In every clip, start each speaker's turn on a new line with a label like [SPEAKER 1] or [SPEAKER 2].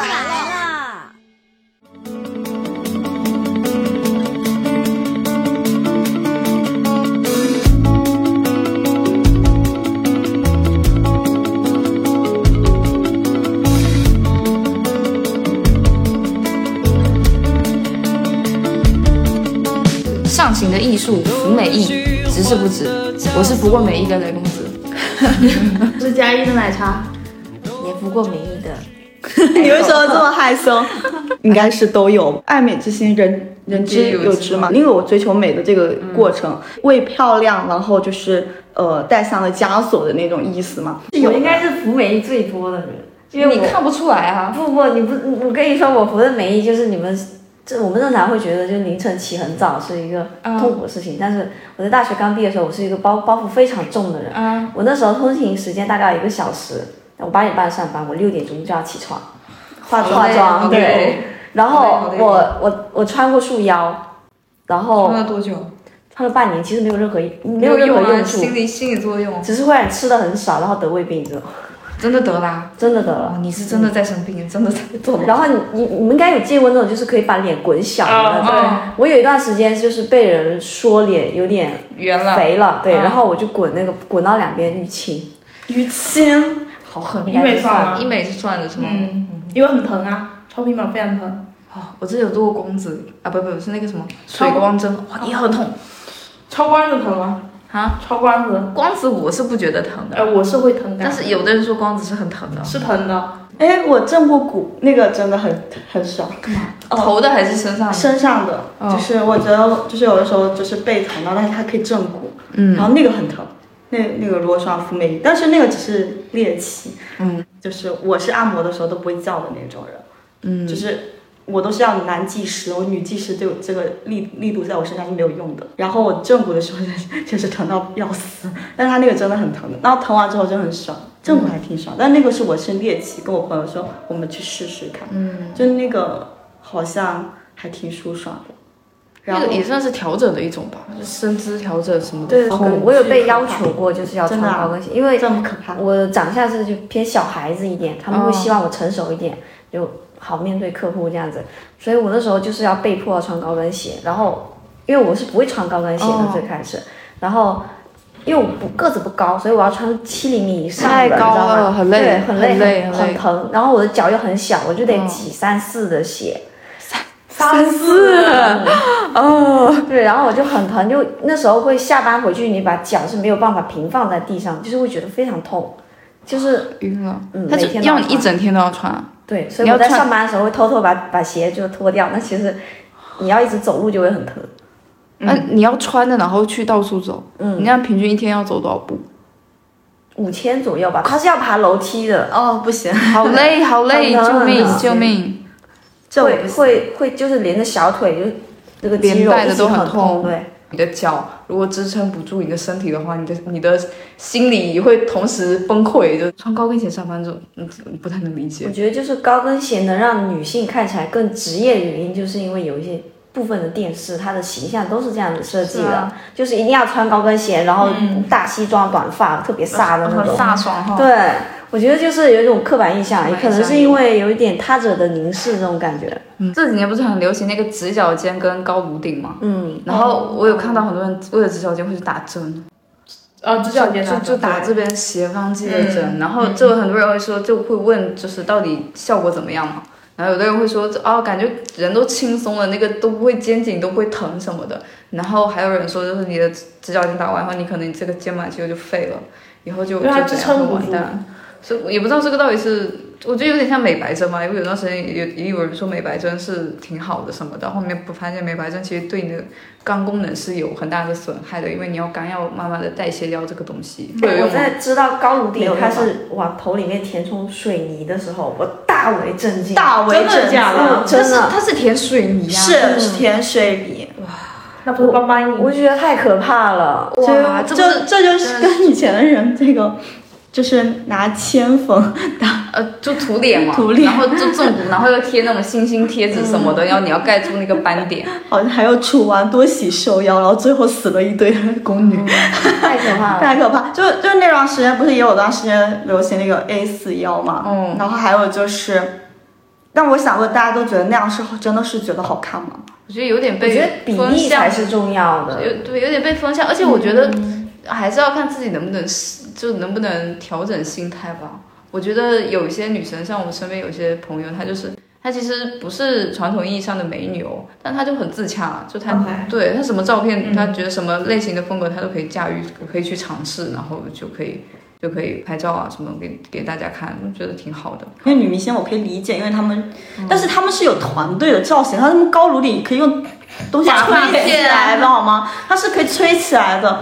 [SPEAKER 1] 啊
[SPEAKER 2] 上行的艺术，服美役，直是不直。我是服过美役的雷公子，
[SPEAKER 3] 是加一的奶茶，
[SPEAKER 2] 也服过美役的。
[SPEAKER 4] 你为什么这么害羞？ 应该是都有，爱美之心人人之有之嘛。嗯因为我追求美的这个过程，为漂亮，然后就是呃带上了枷锁的那种意思嘛。是有
[SPEAKER 1] 我应该是服美役最多的人，因为
[SPEAKER 2] 你
[SPEAKER 1] 我
[SPEAKER 2] 看不出来啊，
[SPEAKER 1] 不不，你不，我跟你说，我服的美役就是你们这我们正常会觉得就是凌晨起很早是一个痛苦的事情，但是我在大学刚毕业的时候，我是一个包包袱非常重的人，
[SPEAKER 2] 啊，
[SPEAKER 1] 我那时候通勤时间大概一个小时，我八点半上班，我六点钟就要起床，化
[SPEAKER 2] 好
[SPEAKER 1] 化
[SPEAKER 2] 累好
[SPEAKER 1] 妆
[SPEAKER 2] 累
[SPEAKER 1] 对，然
[SPEAKER 2] 好
[SPEAKER 1] 后
[SPEAKER 2] 累好累
[SPEAKER 1] 我我我穿过束腰，然后
[SPEAKER 5] 穿了多久？
[SPEAKER 1] 穿了半年，其实没有任何没有任何
[SPEAKER 5] 啊，
[SPEAKER 1] 用处，
[SPEAKER 5] 心理心理作用，
[SPEAKER 1] 只是会让你吃的很少，然后得胃病这种，
[SPEAKER 2] 真的得啦！
[SPEAKER 1] 真的得了。
[SPEAKER 2] 哦
[SPEAKER 5] 啊，你是真的在生
[SPEAKER 1] 嗯
[SPEAKER 5] 病，真的在做
[SPEAKER 1] 然后你你你们应该有见过那种就是可以把脸滚小的那种。
[SPEAKER 2] 哦，
[SPEAKER 1] 我有一段时间就是被人说脸有点
[SPEAKER 2] 圆了，
[SPEAKER 1] 肥了，对，
[SPEAKER 2] 嗯
[SPEAKER 1] 然后我就滚那个滚到两边淤青，
[SPEAKER 4] 淤青，
[SPEAKER 1] 好狠！
[SPEAKER 3] 医美算吗？
[SPEAKER 2] 医美是算的是吗？
[SPEAKER 3] 嗯，因为很疼啊，超皮秒非常疼。
[SPEAKER 2] 哦，我之前有做过光子啊，不不不是那个什么水光针，哇，哎也很痛
[SPEAKER 3] 超光子疼吗？
[SPEAKER 2] 啊。
[SPEAKER 3] 超光子，
[SPEAKER 2] 光子我是不觉得疼的，
[SPEAKER 3] 哎，我是会疼的，
[SPEAKER 2] 但是有的人说光子是很疼的，
[SPEAKER 3] 是疼的。
[SPEAKER 4] 哎，我正过骨，那个真的很很爽。
[SPEAKER 2] 头的还是身上的？
[SPEAKER 4] 身上的，
[SPEAKER 2] 哦
[SPEAKER 4] 就是我觉得就是有的时候就是背疼到，但是它可以正骨，
[SPEAKER 2] 嗯
[SPEAKER 4] 然后那个很疼，那那个如果说敷美，但是那个只是猎奇，嗯，就是我是按摩的时候都不会叫的那种人，嗯，就是。我都是要男技师，我女技师对我这个力力度在我身上是没有用的。然后我正骨的时候 就是就是疼到要死，但是他那个真的很疼的。然后疼完之后真的很爽，正骨还挺爽，但那个是我是猎奇，跟我朋友说我们去试试看，嗯，就那个好像还挺舒爽的。然
[SPEAKER 2] 那
[SPEAKER 4] 后
[SPEAKER 2] 个也算是调整的一种吧，就身姿调整什么的。
[SPEAKER 4] 对
[SPEAKER 1] 我哦我有被要求过就是要穿
[SPEAKER 4] 真的啊
[SPEAKER 1] 高跟鞋，因为
[SPEAKER 4] 这么可怕，哦
[SPEAKER 1] 我长相是就偏小孩子一点，他们会希望我成熟一点，就好面对客户这样子。所以我那时候就是要被迫要穿高跟鞋，然后因为我是不会穿高跟鞋的
[SPEAKER 2] 哦
[SPEAKER 1] 最开始，然后因为我不个子不高，所以我要穿七厘米以上的，
[SPEAKER 2] 太高
[SPEAKER 1] 你知道吗
[SPEAKER 2] 了很累
[SPEAKER 1] 对，很
[SPEAKER 2] 很累
[SPEAKER 1] 很
[SPEAKER 2] 很累
[SPEAKER 1] 疼。然后我的脚又很小，我就得挤三四的鞋。
[SPEAKER 2] 三四，哦，
[SPEAKER 1] 对，然后我就很疼，就那时候会下班回去，你把脚是没有办法平放在地上，就是会觉得非常痛，就是
[SPEAKER 2] 晕了。
[SPEAKER 1] 嗯，
[SPEAKER 2] 他就
[SPEAKER 1] 每天都
[SPEAKER 2] 要你一
[SPEAKER 1] 穿
[SPEAKER 2] 整天都要穿啊，
[SPEAKER 1] 对，所以
[SPEAKER 2] 你要
[SPEAKER 1] 我在
[SPEAKER 2] 穿
[SPEAKER 1] 上班的时候会偷偷把把鞋就脱掉，那其实你要一直走路就会很疼。
[SPEAKER 2] 那啊你要穿着然后去到处走，你
[SPEAKER 1] 嗯，
[SPEAKER 2] 那样平均一天要走多少 步？
[SPEAKER 1] 五千左右吧，他是要爬楼梯的，
[SPEAKER 4] 哦，不行，
[SPEAKER 2] 好累，好啊累，
[SPEAKER 1] 很疼
[SPEAKER 2] 救
[SPEAKER 1] 很
[SPEAKER 2] 命，
[SPEAKER 1] 疼
[SPEAKER 2] 救命！
[SPEAKER 4] 这我
[SPEAKER 1] 会
[SPEAKER 4] 不行。
[SPEAKER 1] 会会就是连着小腿就这个肌
[SPEAKER 2] 连
[SPEAKER 1] 肉
[SPEAKER 2] 带的
[SPEAKER 1] 一起
[SPEAKER 2] 都很
[SPEAKER 1] 很
[SPEAKER 2] 痛
[SPEAKER 1] 对，
[SPEAKER 5] 你的脚如果支撑不住你的身体的话，你的你的心理会同时崩溃。就穿高跟鞋上班这种，嗯，不太能理解。
[SPEAKER 1] 我觉得就是高跟鞋能让女性看起来更职业的原因，就是因为有一些部分的电视它的形象都是这样子设计的，就是一定要穿高跟鞋，然后大西装短发，特别飒的那
[SPEAKER 2] 啊很
[SPEAKER 1] 种。
[SPEAKER 2] 飒爽哈。
[SPEAKER 1] 对，我觉得就是有一种刻板印象，
[SPEAKER 2] 刻板
[SPEAKER 1] 也
[SPEAKER 2] 印
[SPEAKER 1] 可能
[SPEAKER 2] 象
[SPEAKER 1] 是因为有一点他者的凝视这种感觉。
[SPEAKER 2] 嗯这几年不是很流行那个直角肩跟高颅顶吗？
[SPEAKER 1] 嗯，
[SPEAKER 2] 然
[SPEAKER 3] 哦
[SPEAKER 2] 后我有看到很多人为了直角肩会去打针，
[SPEAKER 3] 呃，直角肩
[SPEAKER 2] 就
[SPEAKER 3] 的，
[SPEAKER 2] 就打
[SPEAKER 3] 对嗯
[SPEAKER 2] 这边斜方肌的针，然后就有很多人会说，就会问就是到底效果怎么样嘛？然后有的人会说，哦，感觉人都轻松了，那个都不会肩颈都不会疼什么的。然后还有人说，就是你的直角肩打完后，你可能你这个肩膀肌肉就废了，以后就
[SPEAKER 3] 因为它
[SPEAKER 2] 就
[SPEAKER 3] 支
[SPEAKER 2] 怎样
[SPEAKER 3] 啊撑
[SPEAKER 2] 就
[SPEAKER 3] 不
[SPEAKER 2] 完
[SPEAKER 3] 住
[SPEAKER 2] 蛋。所以我也不知道这个到底是，我觉得有点像美白针嘛，因为有段时间也也有人说美白针是挺好的什么的，后面不发现美白针其实对你的肝功能是有很大的损害的，因为你要肝要慢慢的代谢掉这个东西，会有
[SPEAKER 1] 我
[SPEAKER 2] 用吗？
[SPEAKER 1] 在知道高颅
[SPEAKER 4] 没有
[SPEAKER 1] 顶
[SPEAKER 4] 用
[SPEAKER 1] 它
[SPEAKER 4] 吧
[SPEAKER 1] 是往头里面填充水泥的时候，我大为震惊。
[SPEAKER 4] 大为
[SPEAKER 3] 真的
[SPEAKER 4] 震
[SPEAKER 3] 假的
[SPEAKER 4] 惊，
[SPEAKER 1] 嗯
[SPEAKER 2] 但
[SPEAKER 1] 真
[SPEAKER 2] 是
[SPEAKER 1] 的，
[SPEAKER 2] 它是填水泥啊，
[SPEAKER 4] 是是甜水梨，
[SPEAKER 3] 那不是帮帮你
[SPEAKER 1] 我觉得太可怕了。
[SPEAKER 2] 哇，这
[SPEAKER 4] 这
[SPEAKER 2] 不是
[SPEAKER 4] 这这就是跟以前的人这个，就是拿铅粉打，
[SPEAKER 2] 呃就涂脸嘛，
[SPEAKER 4] 涂脸嗯
[SPEAKER 2] 然后就 正骨，然后又贴那种星星贴纸什么的，然后你要盖住那个斑点，
[SPEAKER 4] 好像还有楚王多喜受邀，然后最后死了一堆宫女，
[SPEAKER 2] 嗯
[SPEAKER 1] 太可怕了。
[SPEAKER 4] 太可怕。就就那段时间不是也有段时间流行那个 A 四腰嘛，
[SPEAKER 2] 嗯
[SPEAKER 4] 然后还有就是，但我想问大家都觉得那样是真的是觉得好看吗？
[SPEAKER 2] 我觉得有点
[SPEAKER 1] 我
[SPEAKER 2] 被
[SPEAKER 1] 觉得比
[SPEAKER 2] 风
[SPEAKER 1] 例
[SPEAKER 2] 向
[SPEAKER 1] 才是重要
[SPEAKER 3] 嗯
[SPEAKER 1] 的。
[SPEAKER 2] 有对，有点被风向，而且我觉得还是要看自己能不能适，就能不能调整心态吧。我觉得有一些女生，像我身边有些朋友，她就是她其实不是传统意义上的美女哦，但她就很自洽，就她
[SPEAKER 3] OK
[SPEAKER 2] 对她什么照片，
[SPEAKER 3] 嗯
[SPEAKER 2] 她觉得什么类型的风格，她都可以驾驭，可以去尝试，然后就可以就可以拍照啊什么给给大家看，我觉得挺好的。
[SPEAKER 4] 因为女明星我可以理解，因为她们，
[SPEAKER 2] 嗯
[SPEAKER 4] 但是她们是有团队的造型，她们高颅顶可以用东西
[SPEAKER 2] 假发
[SPEAKER 4] 吹起
[SPEAKER 2] 线
[SPEAKER 4] 来的好吗？它是可以吹起来的，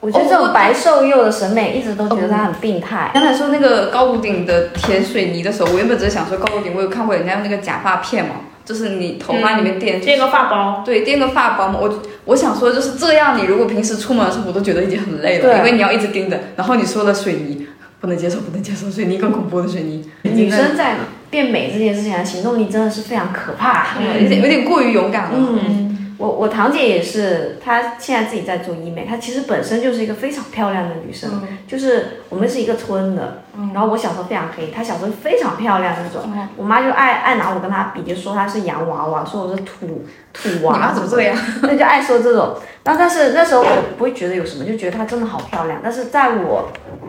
[SPEAKER 1] 我觉得这种白瘦幼的审美一直都觉得她很病态。
[SPEAKER 2] 刚才说那个高颅顶的填水泥的时候，我原本只是想说高颅顶，我有看过人家用那个假发片嘛，就是你头发里面垫、
[SPEAKER 3] 这个发包，
[SPEAKER 2] 对，垫个发包嘛。我我想说就是这样，你如果平时出门的时候，我都觉得已经很累了，
[SPEAKER 1] 对
[SPEAKER 2] 因为你要一直盯着。然后你说了水泥，不能接受，不能接受，水泥更恐怖的水泥，
[SPEAKER 1] 女生在变美这件事情上，行动力真的是非常可 怕。嗯
[SPEAKER 2] 有点有点过于勇敢了。嗯
[SPEAKER 1] 我我堂姐也是，她现在自己在做医美，她其实本身就是一个非常漂亮的女生，
[SPEAKER 2] 嗯
[SPEAKER 1] 就是我们是一个村的，然后我小时候非常黑，她小时候非常漂亮那种，
[SPEAKER 2] 嗯
[SPEAKER 1] 我妈就爱爱拿我跟她比，就说她是洋娃娃，说我是土土
[SPEAKER 2] 你
[SPEAKER 1] 娃，
[SPEAKER 2] 妈怎么这样？
[SPEAKER 1] 那就爱说这种。然后但是那时候我不会觉得有什么，就觉得她真的好漂亮。但是在我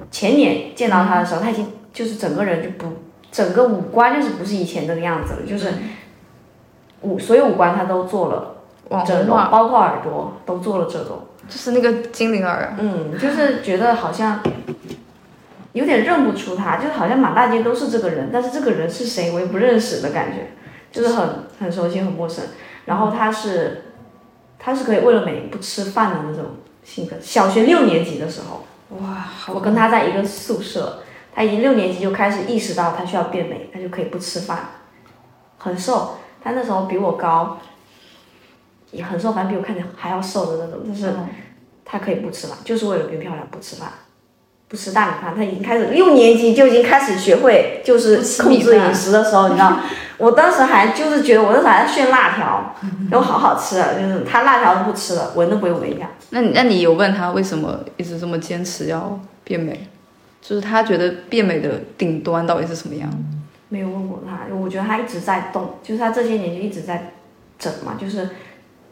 [SPEAKER 1] 前年见到她的时候，她已经就是整个人就不，整个五官就是不是以前那个样子了，就是
[SPEAKER 2] 嗯
[SPEAKER 1] 五所有五官她都做了
[SPEAKER 2] 网
[SPEAKER 1] 整
[SPEAKER 2] 红
[SPEAKER 1] 容
[SPEAKER 2] 化，，
[SPEAKER 1] 包括耳朵都做了整容。
[SPEAKER 2] 就是那个精灵啊耳，
[SPEAKER 1] 嗯，就是觉得好像有点认不出她，就是好像满大街都是这个人，但是这个人是谁我也不认识的感觉，就是很很熟悉很陌生。然后她是，她是可以为了美不吃饭的那种性格。小学六年级的时候，
[SPEAKER 2] 哇，
[SPEAKER 1] 我跟她在一个宿舍，她已经六年级就开始意识到她需要变美，她就可以不吃饭，很瘦。她那时候比我高，也很瘦，反正比我看起来还要瘦的那种，就是她可以不吃饭，就是为了变漂亮不吃饭。不吃大米饭，她已经开始六年级就已经开始学会就是控制饮食的时候，你知道，我当时还就是觉得我那时候还在炫辣条，然后好好吃啊，就是她辣条都不吃了，闻都不会闻一下。
[SPEAKER 2] 那你那你有问她为什么一直这么坚持要变美？就是她觉得变美的顶端到底是什么样？
[SPEAKER 1] 没有问过他，我觉得他一直在动，就是他这些年就一直在整嘛，就是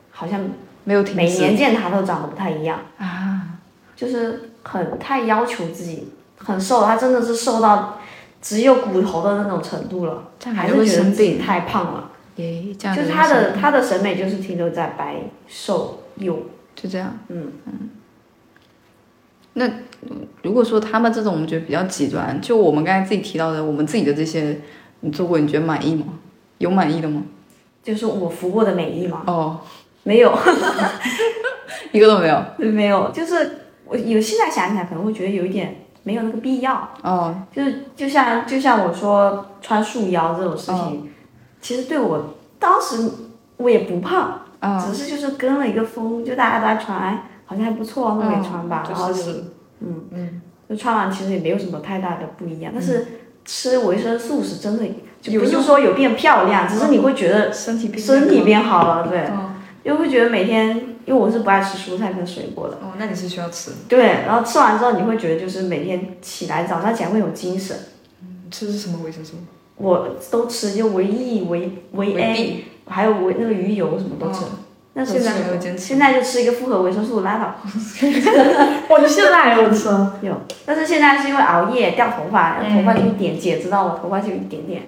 [SPEAKER 1] 好像
[SPEAKER 2] 没有停
[SPEAKER 1] 每
[SPEAKER 2] 止
[SPEAKER 1] 年见他都长得不太一样，
[SPEAKER 2] 啊，
[SPEAKER 1] 就是很太要求自己，很瘦，他真的是瘦到只有骨头的那种程度了，
[SPEAKER 2] 这样
[SPEAKER 1] 还
[SPEAKER 2] 你
[SPEAKER 1] 是
[SPEAKER 2] 就会
[SPEAKER 1] 觉得
[SPEAKER 2] 生
[SPEAKER 1] 自己
[SPEAKER 2] 病。
[SPEAKER 1] 太胖了，
[SPEAKER 2] 耶，这样
[SPEAKER 1] 就是
[SPEAKER 2] 子
[SPEAKER 1] 他
[SPEAKER 2] 生
[SPEAKER 1] 的他的审美就是停留在白瘦幼，
[SPEAKER 2] 就这样，嗯嗯。那如果说他们这种，我们觉得比较极端，就我们刚才自己提到的，我们自己的这些，你做过，你觉得满意吗？有满意的吗？
[SPEAKER 1] 就是我服过的美意嘛，
[SPEAKER 2] 哦，
[SPEAKER 1] 没有。
[SPEAKER 2] 一个都没有。
[SPEAKER 1] 没有，就是我有现在想起来可能会觉得有一点没有那个必要哦，就是就像就像我说穿束腰这种事情，其实对我当时我也不胖，只是就是跟了一个风，就大家都在穿，哎好像还不错，那我也穿吧，然后哦就嗯就穿完其实也没有什么太大的不一样，但是吃维生素是真的，就不是说嗯有嗯变漂亮，只是你会觉得
[SPEAKER 2] 身体
[SPEAKER 1] 身体变好了，对，又会觉得每天，因为我是不爱吃蔬菜跟水果的。
[SPEAKER 2] 哦，那你是需要吃
[SPEAKER 1] 对，然后吃完之后你会觉得就是每天起来早上起来会有精神，
[SPEAKER 2] 吃的是什么维生素？
[SPEAKER 1] 我都吃就维 E 维维 A，还有维那个鱼油什么
[SPEAKER 2] 哦
[SPEAKER 1] 都吃。那时候
[SPEAKER 2] 现在
[SPEAKER 1] 吃
[SPEAKER 2] 还会坚持
[SPEAKER 1] 现在就吃一个复合维生素拉倒。
[SPEAKER 3] 哇，哦你现在还有吃？
[SPEAKER 1] 有，但是现在是因为熬夜掉头发，头发就一
[SPEAKER 2] 嗯
[SPEAKER 1] 点，姐知道我头发就一点点。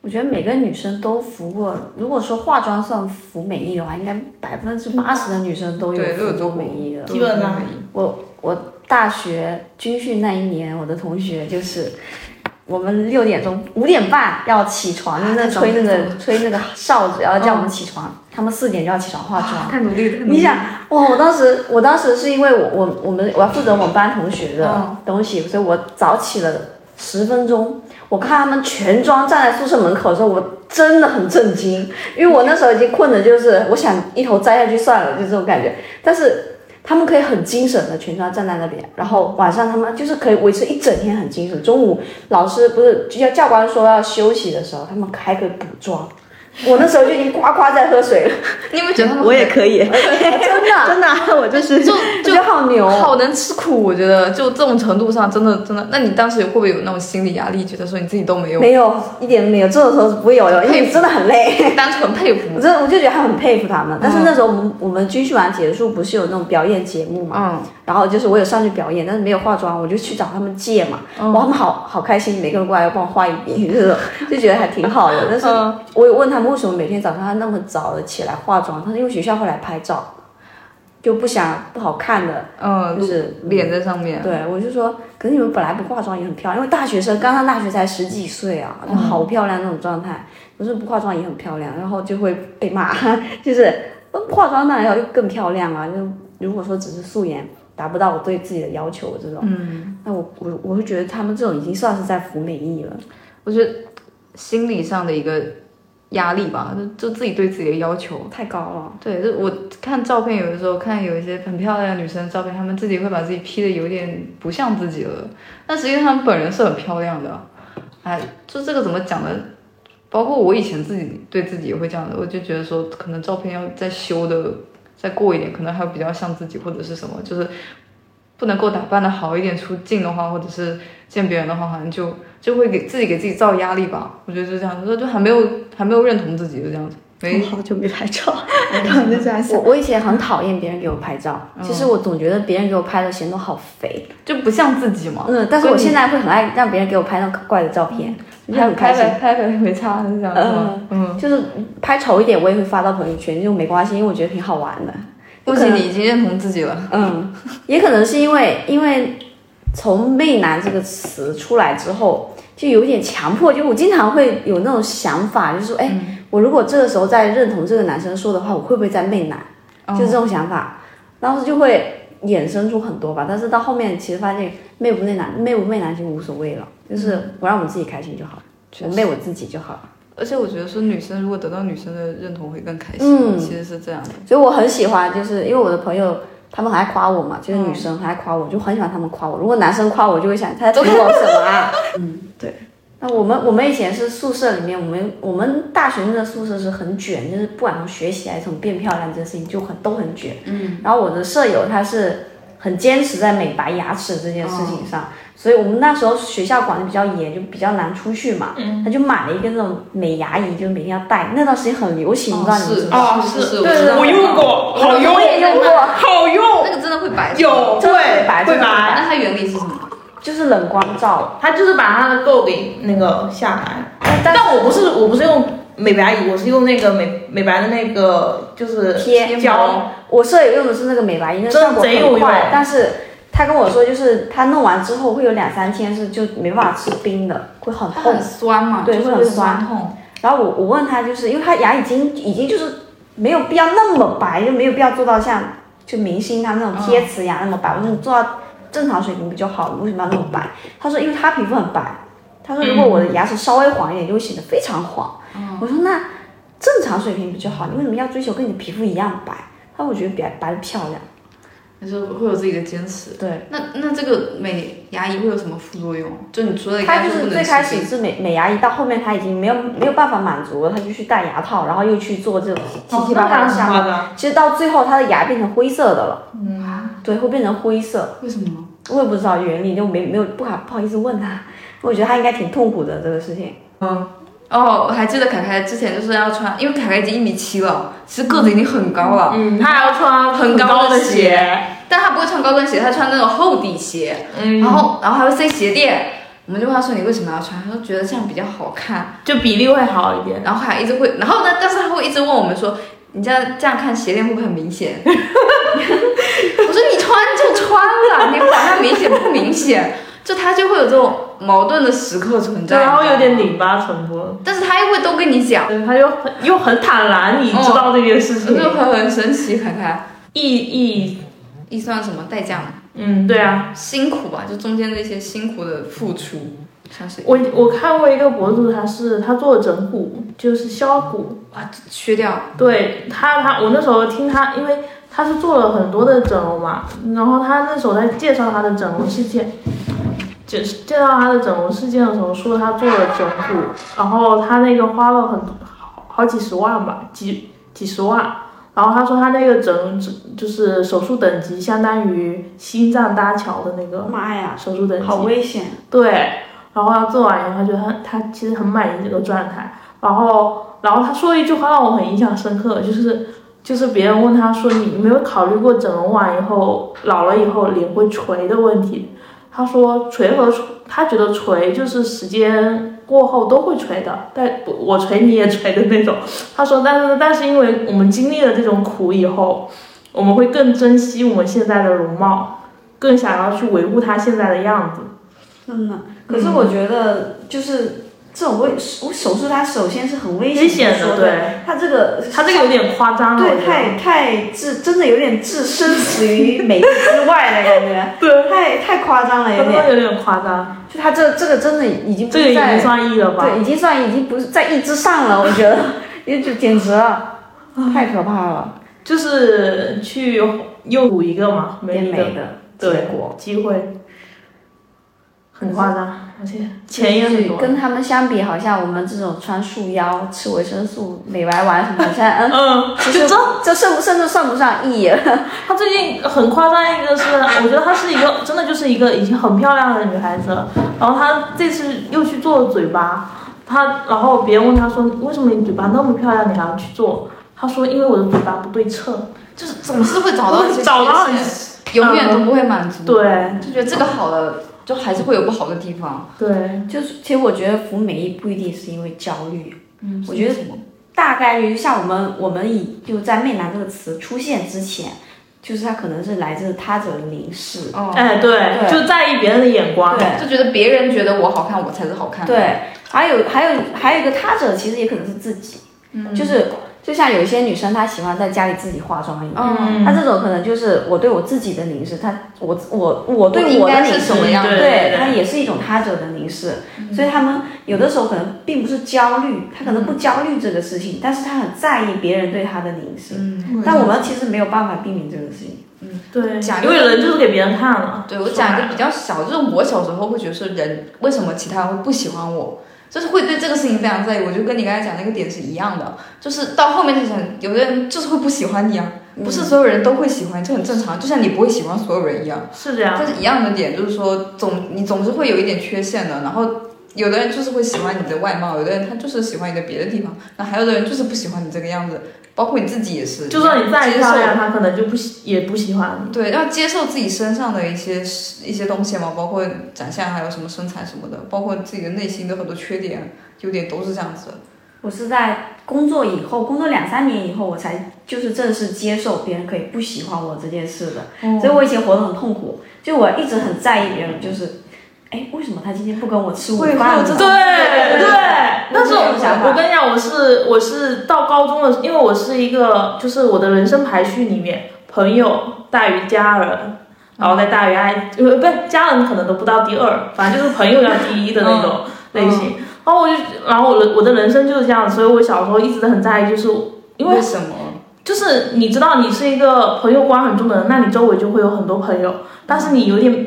[SPEAKER 1] 我觉得每个女生都服过，如果说化妆算服美意的话，应该百分之八十的女生都有
[SPEAKER 2] 对都有
[SPEAKER 1] 服
[SPEAKER 2] 做
[SPEAKER 1] 过
[SPEAKER 2] 过
[SPEAKER 1] 美意的。
[SPEAKER 4] 基本呢，
[SPEAKER 1] 我我大学军训那一年，我的同学就是我们六点钟五点半要起床，就在吹啊那嗯个吹那个哨子，然后叫我们起床，他们四点就要起床化妆。
[SPEAKER 2] 太努力了，
[SPEAKER 1] 你想，哇！我当时，我当时是因为我我我们我要负责我们班同学的东西，所以我早起了十分钟。我看他们全妆站在宿舍门口的时候，我真的很震惊，因为我那时候已经困的，就是我想一头栽下去算了，就这种感觉。但是他们可以很精神的全妆站在那边，然后晚上他们就是可以维持一整天很精神。中午老师不是就要教官说要休息的时候，他们还可以补妆。我那时候就已经呱呱在喝水了，
[SPEAKER 2] 你有没有觉得他们
[SPEAKER 4] 我也可以，
[SPEAKER 1] 真的，
[SPEAKER 4] 真的啊、我就是
[SPEAKER 2] 就
[SPEAKER 1] 我 觉得好牛哦。
[SPEAKER 2] 好能吃苦？我觉得就这种程度上，真的真的。那你当时会不会有那种心理压力，觉得说你自己都没有，
[SPEAKER 1] 没有，一点都没有，这种时候是不会有的，因为真的很累。
[SPEAKER 2] 单纯佩服？
[SPEAKER 1] 我真的我就觉得很佩服他们。但是那时候我们、我们军训完结束不是有那种表演节目嘛，
[SPEAKER 2] 嗯，
[SPEAKER 1] 然后就是我有上去表演，但是没有化妆，我就去找他们借嘛。哇，他们好好开心，每个人过来帮我画一笔，这种 就觉得还挺好的。但是我有问他们为什么每天早上他那么早的起来化妆，他说因为学校会来拍照，就不想不好看的，
[SPEAKER 2] 嗯，
[SPEAKER 1] 就是
[SPEAKER 2] 脸在上面，
[SPEAKER 1] 对，我就说，可是你们本来不化妆也很漂亮，因为大学生刚上大学才十几岁啊，
[SPEAKER 2] 嗯
[SPEAKER 1] 就好漂亮那种状态。我说不化妆也很漂亮，然后就会被骂， 就是呃化妆当然要更漂亮啊。就如果说只是素颜达不到我对自己的要求这种，嗯，那我我我会觉得他们这种已经算是在服美役了。
[SPEAKER 2] 我觉得心理上的一个压力吧，就就自己对自己的要求。
[SPEAKER 1] 太高了，
[SPEAKER 2] 对，就我看照片，有的时候看有一些很漂亮的女生的照片，她们自己会把自己 P 的有点不像自己了，但实际上她们本人是很漂亮的。哎，就这个怎么讲呢？包括我以前自己对自己也会这样的，我就觉得说，可能照片要再修的再过一点，可能还会比较像自己或者是什么，就是不能够打扮的好一点出镜的话，或者是见别人的话，好像就就会给自己给自己造压力吧。我觉得就这样子，就就还没有还没有认同自己，就这样子，没
[SPEAKER 4] 我好久没拍照，然后就这样想
[SPEAKER 1] 我，我以前很讨厌别人给我拍照，
[SPEAKER 2] 嗯
[SPEAKER 1] 其实我总觉得别人给我拍的显得我好肥，
[SPEAKER 2] 就不像自己嘛。
[SPEAKER 1] 嗯，但是
[SPEAKER 2] 所以
[SPEAKER 1] 我
[SPEAKER 2] 你嗯
[SPEAKER 1] 现在会很爱让别人给我拍那种怪的照片，就很开心。
[SPEAKER 2] 拍呗，没差，是这样子吗？嗯，
[SPEAKER 1] 就是拍丑一点，我也会发到朋友圈，就没关系，因为我觉得挺好玩的。
[SPEAKER 2] 不
[SPEAKER 1] 可
[SPEAKER 2] 行，
[SPEAKER 1] 能
[SPEAKER 2] 你已经认同自己了。
[SPEAKER 1] 嗯，也可能是因为因为从“媚男”这个词出来之后，就有点强迫，就我经常会有那种想法，就是说，哎，我如果这个时候再认同这个男生说的话，我会不会在媚男？
[SPEAKER 2] 哦
[SPEAKER 1] 就这种想法，当时就会衍生出很多吧。但是到后面其实发现媚不媚男，媚不媚男就无所谓了，就是我让我自己开心就好了，我媚我自己就好了。
[SPEAKER 2] 而且我觉得说女生如果得到女生的认同会更开心，
[SPEAKER 1] 嗯
[SPEAKER 2] 其实是这样的。
[SPEAKER 1] 所以我很喜欢，就是因为我的朋友他们很爱夸我嘛，就是女生很爱夸我，就很喜欢他们夸我。如果男生夸我，就会想他在夸我什么 啊？嗯，
[SPEAKER 4] 对。
[SPEAKER 1] 那我们我们以前是宿舍里面，我们我们大学那个宿舍是很卷，就是不管从学习还是从变漂亮这件事情就很都很卷。嗯。然后我的舍友她是很坚持在美白牙齿这件事情上，所以我们那时候学校管的比较严，就比较难出去嘛。嗯。她就买了一个那种美牙仪，就每天要戴。那段时间很流行，你知道你们知不
[SPEAKER 2] 是
[SPEAKER 1] 知道？
[SPEAKER 3] 啊
[SPEAKER 2] 是
[SPEAKER 3] 是
[SPEAKER 2] 是，
[SPEAKER 3] 对
[SPEAKER 2] 知道
[SPEAKER 3] 我用过，好用，
[SPEAKER 1] 我也用过
[SPEAKER 3] 好用，
[SPEAKER 2] 那个真的会白
[SPEAKER 3] 有
[SPEAKER 1] 真的
[SPEAKER 3] 对
[SPEAKER 1] 会白
[SPEAKER 3] 会
[SPEAKER 1] 真的会白
[SPEAKER 3] 白，
[SPEAKER 2] 那它原理是什么？
[SPEAKER 1] 就是冷光照，
[SPEAKER 3] 它就是把它的垢给那个下来。
[SPEAKER 1] 但
[SPEAKER 3] 但我不是我不是用美白仪，我是用那个美美白的那个就是
[SPEAKER 1] 贴
[SPEAKER 3] 胶，
[SPEAKER 1] 我舍友用的是那个美白仪，那
[SPEAKER 3] 真的
[SPEAKER 1] 效果
[SPEAKER 3] 贼有
[SPEAKER 1] 很
[SPEAKER 3] 用
[SPEAKER 1] 快，但是他跟我说，就是他弄完之后会有两三天是就没办法吃冰的，会很
[SPEAKER 2] 它
[SPEAKER 1] 痛
[SPEAKER 2] 很。酸嘛，
[SPEAKER 1] 对
[SPEAKER 2] 就是
[SPEAKER 1] 会很酸
[SPEAKER 2] 痛。
[SPEAKER 1] 然后我我问他，就是因为他牙已经已经就是没有必要那么白，就没有必要做到像就明星他那种贴瓷牙那么白，我说你做到正常水平不就好了？为什么要那么白？他说因为他皮肤很白，他说如果我的牙齿稍微黄一点，就会显得非常黄。我说那正常水平不就好？你为什么要追求跟你的皮肤一样白？他说我觉得白白的漂亮。
[SPEAKER 2] 就是会有自己的坚持。
[SPEAKER 1] 对，
[SPEAKER 2] 那那这个美牙仪会有什么副作用？就你说的，
[SPEAKER 1] 他就是最开始
[SPEAKER 2] 吃
[SPEAKER 1] 是美美牙医，到后面他已经没有没有办法满足了，他就去戴牙套，然后又去做这种七
[SPEAKER 3] 哦
[SPEAKER 1] 七八八的项目。
[SPEAKER 3] 张。
[SPEAKER 1] 其实到最后，他的牙变成灰色的了。嗯，对，会变成灰色。
[SPEAKER 2] 为什么？
[SPEAKER 1] 我也不知道原理，就没没有不好不好意思问他。我觉得他应该挺痛苦的这个事情。
[SPEAKER 2] 哦，我还记得凯凯之前就是要穿，因为凯凯已经一米七了，其实个子已经很高了，
[SPEAKER 3] 嗯，他还要穿
[SPEAKER 2] 很高
[SPEAKER 3] 高
[SPEAKER 2] 的
[SPEAKER 3] 鞋，
[SPEAKER 2] 但他不会穿高跟鞋，他穿那种厚底鞋，
[SPEAKER 3] 嗯，
[SPEAKER 2] 然后然后还会塞鞋垫。我们就问他说你为什么要穿，他说觉得这样比较好看，
[SPEAKER 3] 就比例会好一点。
[SPEAKER 2] 然后还一直会，然后呢，但是他会一直问我们说你这样这样看鞋垫会不会很明显？ 我说你穿就穿了，你管它明显不明显，就他就会有这种矛盾的时刻存在，
[SPEAKER 3] 对，然后有点，拧巴传播，
[SPEAKER 2] 但是他又会都跟你讲，
[SPEAKER 3] 对，他又很又很坦然，你知道这件事情，
[SPEAKER 2] 嗯就很很神奇，凯凯。
[SPEAKER 3] 意义，
[SPEAKER 2] 预算什么代价嘛？
[SPEAKER 3] 嗯，对啊，
[SPEAKER 2] 辛苦吧，就中间的一些辛苦的付出，像是
[SPEAKER 3] 我我看过一个博主，他是他做整骨，就是削骨。
[SPEAKER 2] 啊削掉
[SPEAKER 3] 对他他我那时候听他，因为他是做了很多的整容嘛，然后他那时候在介绍他的整容事件，就是介绍他的整容事件的时候说他做了整骨，然后他那个花了很好好几十万吧，几几十万。然后他说他那个整就是手术等级相当于心脏搭桥的那个哎
[SPEAKER 4] 妈呀，
[SPEAKER 3] 手术等级，
[SPEAKER 4] 好危险！
[SPEAKER 3] 对，然后他做完以后，他觉得他他其实很满意这个状态。然后，然后他说了一句话让我很印象深刻，就是就是别人问他说你没有考虑过整容完以后老了以后脸会垂的问题，他说垂和垂他觉得垂就是时间过后都会垂的，但不我垂你也垂的那种。他说但是但是因为我们经历了这种苦以后，我们会更珍惜我们现在的容貌，更想要去维护它现在的样子。
[SPEAKER 4] 真的，
[SPEAKER 1] 可是我觉得就是这种危手手术，它首先是很危
[SPEAKER 3] 危险
[SPEAKER 1] 的，
[SPEAKER 3] 的，
[SPEAKER 1] 对，
[SPEAKER 3] 对，
[SPEAKER 1] 它这个
[SPEAKER 3] 他这个有点夸张了，我
[SPEAKER 1] 对
[SPEAKER 3] 觉得
[SPEAKER 1] 太太置真的有点置身死于美之外的感 觉，
[SPEAKER 3] 对，
[SPEAKER 1] 太太夸张了，
[SPEAKER 3] 他
[SPEAKER 1] 有
[SPEAKER 3] 真
[SPEAKER 1] 点。
[SPEAKER 3] 的有点夸张，
[SPEAKER 1] 就他这这个真的已经不
[SPEAKER 3] 这个
[SPEAKER 1] 是
[SPEAKER 3] 已经
[SPEAKER 1] 在
[SPEAKER 3] 算 E 了吧？
[SPEAKER 1] 对，已经算已经不是在一之上 了，我觉得也就简直了，太可怕了，
[SPEAKER 3] 就是去又补一个嘛，
[SPEAKER 1] 变
[SPEAKER 3] 没一
[SPEAKER 1] 美
[SPEAKER 3] 个
[SPEAKER 1] 的结
[SPEAKER 3] 对
[SPEAKER 1] 果。
[SPEAKER 3] 机会，很夸张，而且钱也很
[SPEAKER 1] 就是
[SPEAKER 3] 多。
[SPEAKER 1] 跟他们相比，好像我们这种穿束腰、吃维生素、美白丸什么的，好像嗯，
[SPEAKER 3] 嗯，
[SPEAKER 1] 其
[SPEAKER 3] 就
[SPEAKER 1] 实
[SPEAKER 3] 这，
[SPEAKER 1] 这甚不甚至算不上艺了。
[SPEAKER 3] 她最近很夸张一个是，我觉得她是一个真的就是一个已经很漂亮的女孩子了，然后她这次又去做嘴巴，她然后别人问她说为什么你嘴巴那么漂亮你还要去做？她说因为我的嘴巴不对称，
[SPEAKER 2] 就是总是会找到一些
[SPEAKER 3] 找到
[SPEAKER 2] 缺陷永远都不会满足，
[SPEAKER 3] 对
[SPEAKER 2] 就觉得这个好了，就还是会有不好的地方。
[SPEAKER 3] 对，
[SPEAKER 1] 就是，其实我觉得服美役不一定是因为焦虑，
[SPEAKER 3] 嗯
[SPEAKER 1] 我觉得大概率像我们我们以就在“媚男”这个词出现之前，就是他可能是来自他者的凝视，
[SPEAKER 2] 哦，
[SPEAKER 3] 哎，对，
[SPEAKER 1] 对
[SPEAKER 3] 就在意别人的眼光。
[SPEAKER 1] 对
[SPEAKER 2] 就觉得别人觉得我好看，我才是好看。，
[SPEAKER 1] 对，还有还有还有一个他者其实也可能是自己，
[SPEAKER 2] 嗯
[SPEAKER 1] 就是就像有一些女生她喜欢在家里自己化妆一样。
[SPEAKER 2] 嗯，
[SPEAKER 1] 她这种可能就是我对我自己的凝视，她我我我对
[SPEAKER 2] 应
[SPEAKER 1] 我的
[SPEAKER 2] 该
[SPEAKER 1] 凝
[SPEAKER 2] 是
[SPEAKER 1] 视
[SPEAKER 2] 什么样
[SPEAKER 3] 对
[SPEAKER 2] 的？嗯
[SPEAKER 1] 对，它也是一种他者的凝视，所以他们有的时候可能并不是焦虑，他可能
[SPEAKER 2] 嗯
[SPEAKER 1] 不焦虑这个事情，但是他很在意别人对他的凝视。
[SPEAKER 2] 嗯
[SPEAKER 1] 但我们其实没有办法避免这个事情。
[SPEAKER 3] 对
[SPEAKER 2] 讲，
[SPEAKER 3] 因为人就是给别人看了。
[SPEAKER 2] 对我讲一个比
[SPEAKER 3] 说
[SPEAKER 2] 较小，就是我小时候会觉得说人为什么其他人会不喜欢我，就是会对这个事情非常在意。我就跟你刚才讲那个点是一样的，就是到后面就想，有的人就是会不喜欢你啊，不是所有人都会喜欢，这很正常，就像你不会喜欢所有人一样。
[SPEAKER 3] 白了是这样，
[SPEAKER 2] 但是一样的点就是说，总你总是会有一点缺陷的，然后。有的人就是会喜欢你的外貌，有的人他就是喜欢你的别的地方，那还有的人就是不喜欢你这个样子，包括你自己也是。
[SPEAKER 3] 就算你再
[SPEAKER 2] 接
[SPEAKER 3] 漂
[SPEAKER 2] 受
[SPEAKER 3] 亮，他可能就不喜也不喜欢
[SPEAKER 2] 对，要接受自己身上的一些一些东西嘛，包括长相，还有什么身材什么的，包括自己的内心的很多缺点、优点都是这样子的。
[SPEAKER 1] 我是在工作以后，工作两三年以后，我才就是正式接受别人可以不喜欢我这件事的。
[SPEAKER 2] 哦
[SPEAKER 1] 所以我以前活得很痛苦，就我一直很在意别人，就是，哎，为什么他今天不跟我吃午
[SPEAKER 2] 会
[SPEAKER 1] 饭
[SPEAKER 2] 会有
[SPEAKER 1] 呢？
[SPEAKER 3] 你。
[SPEAKER 2] 这种
[SPEAKER 3] 对对，但是
[SPEAKER 1] 我
[SPEAKER 3] 我
[SPEAKER 1] 有想法
[SPEAKER 3] 我跟你讲，我是我是到高中的，因为我是一个就是我的人生排序里面，朋友大于家人，然后再大于爱，呃，不，家人可能都不到第二，反正就是朋友要第一的那种类型。然后我就，然后我的我的人生就是这样，所以我小时候一直都很在意，就是因为
[SPEAKER 2] 为什么？
[SPEAKER 3] 就是你知道你是一个朋友观很重的人，那你周围就会有很多朋友，但是你有点，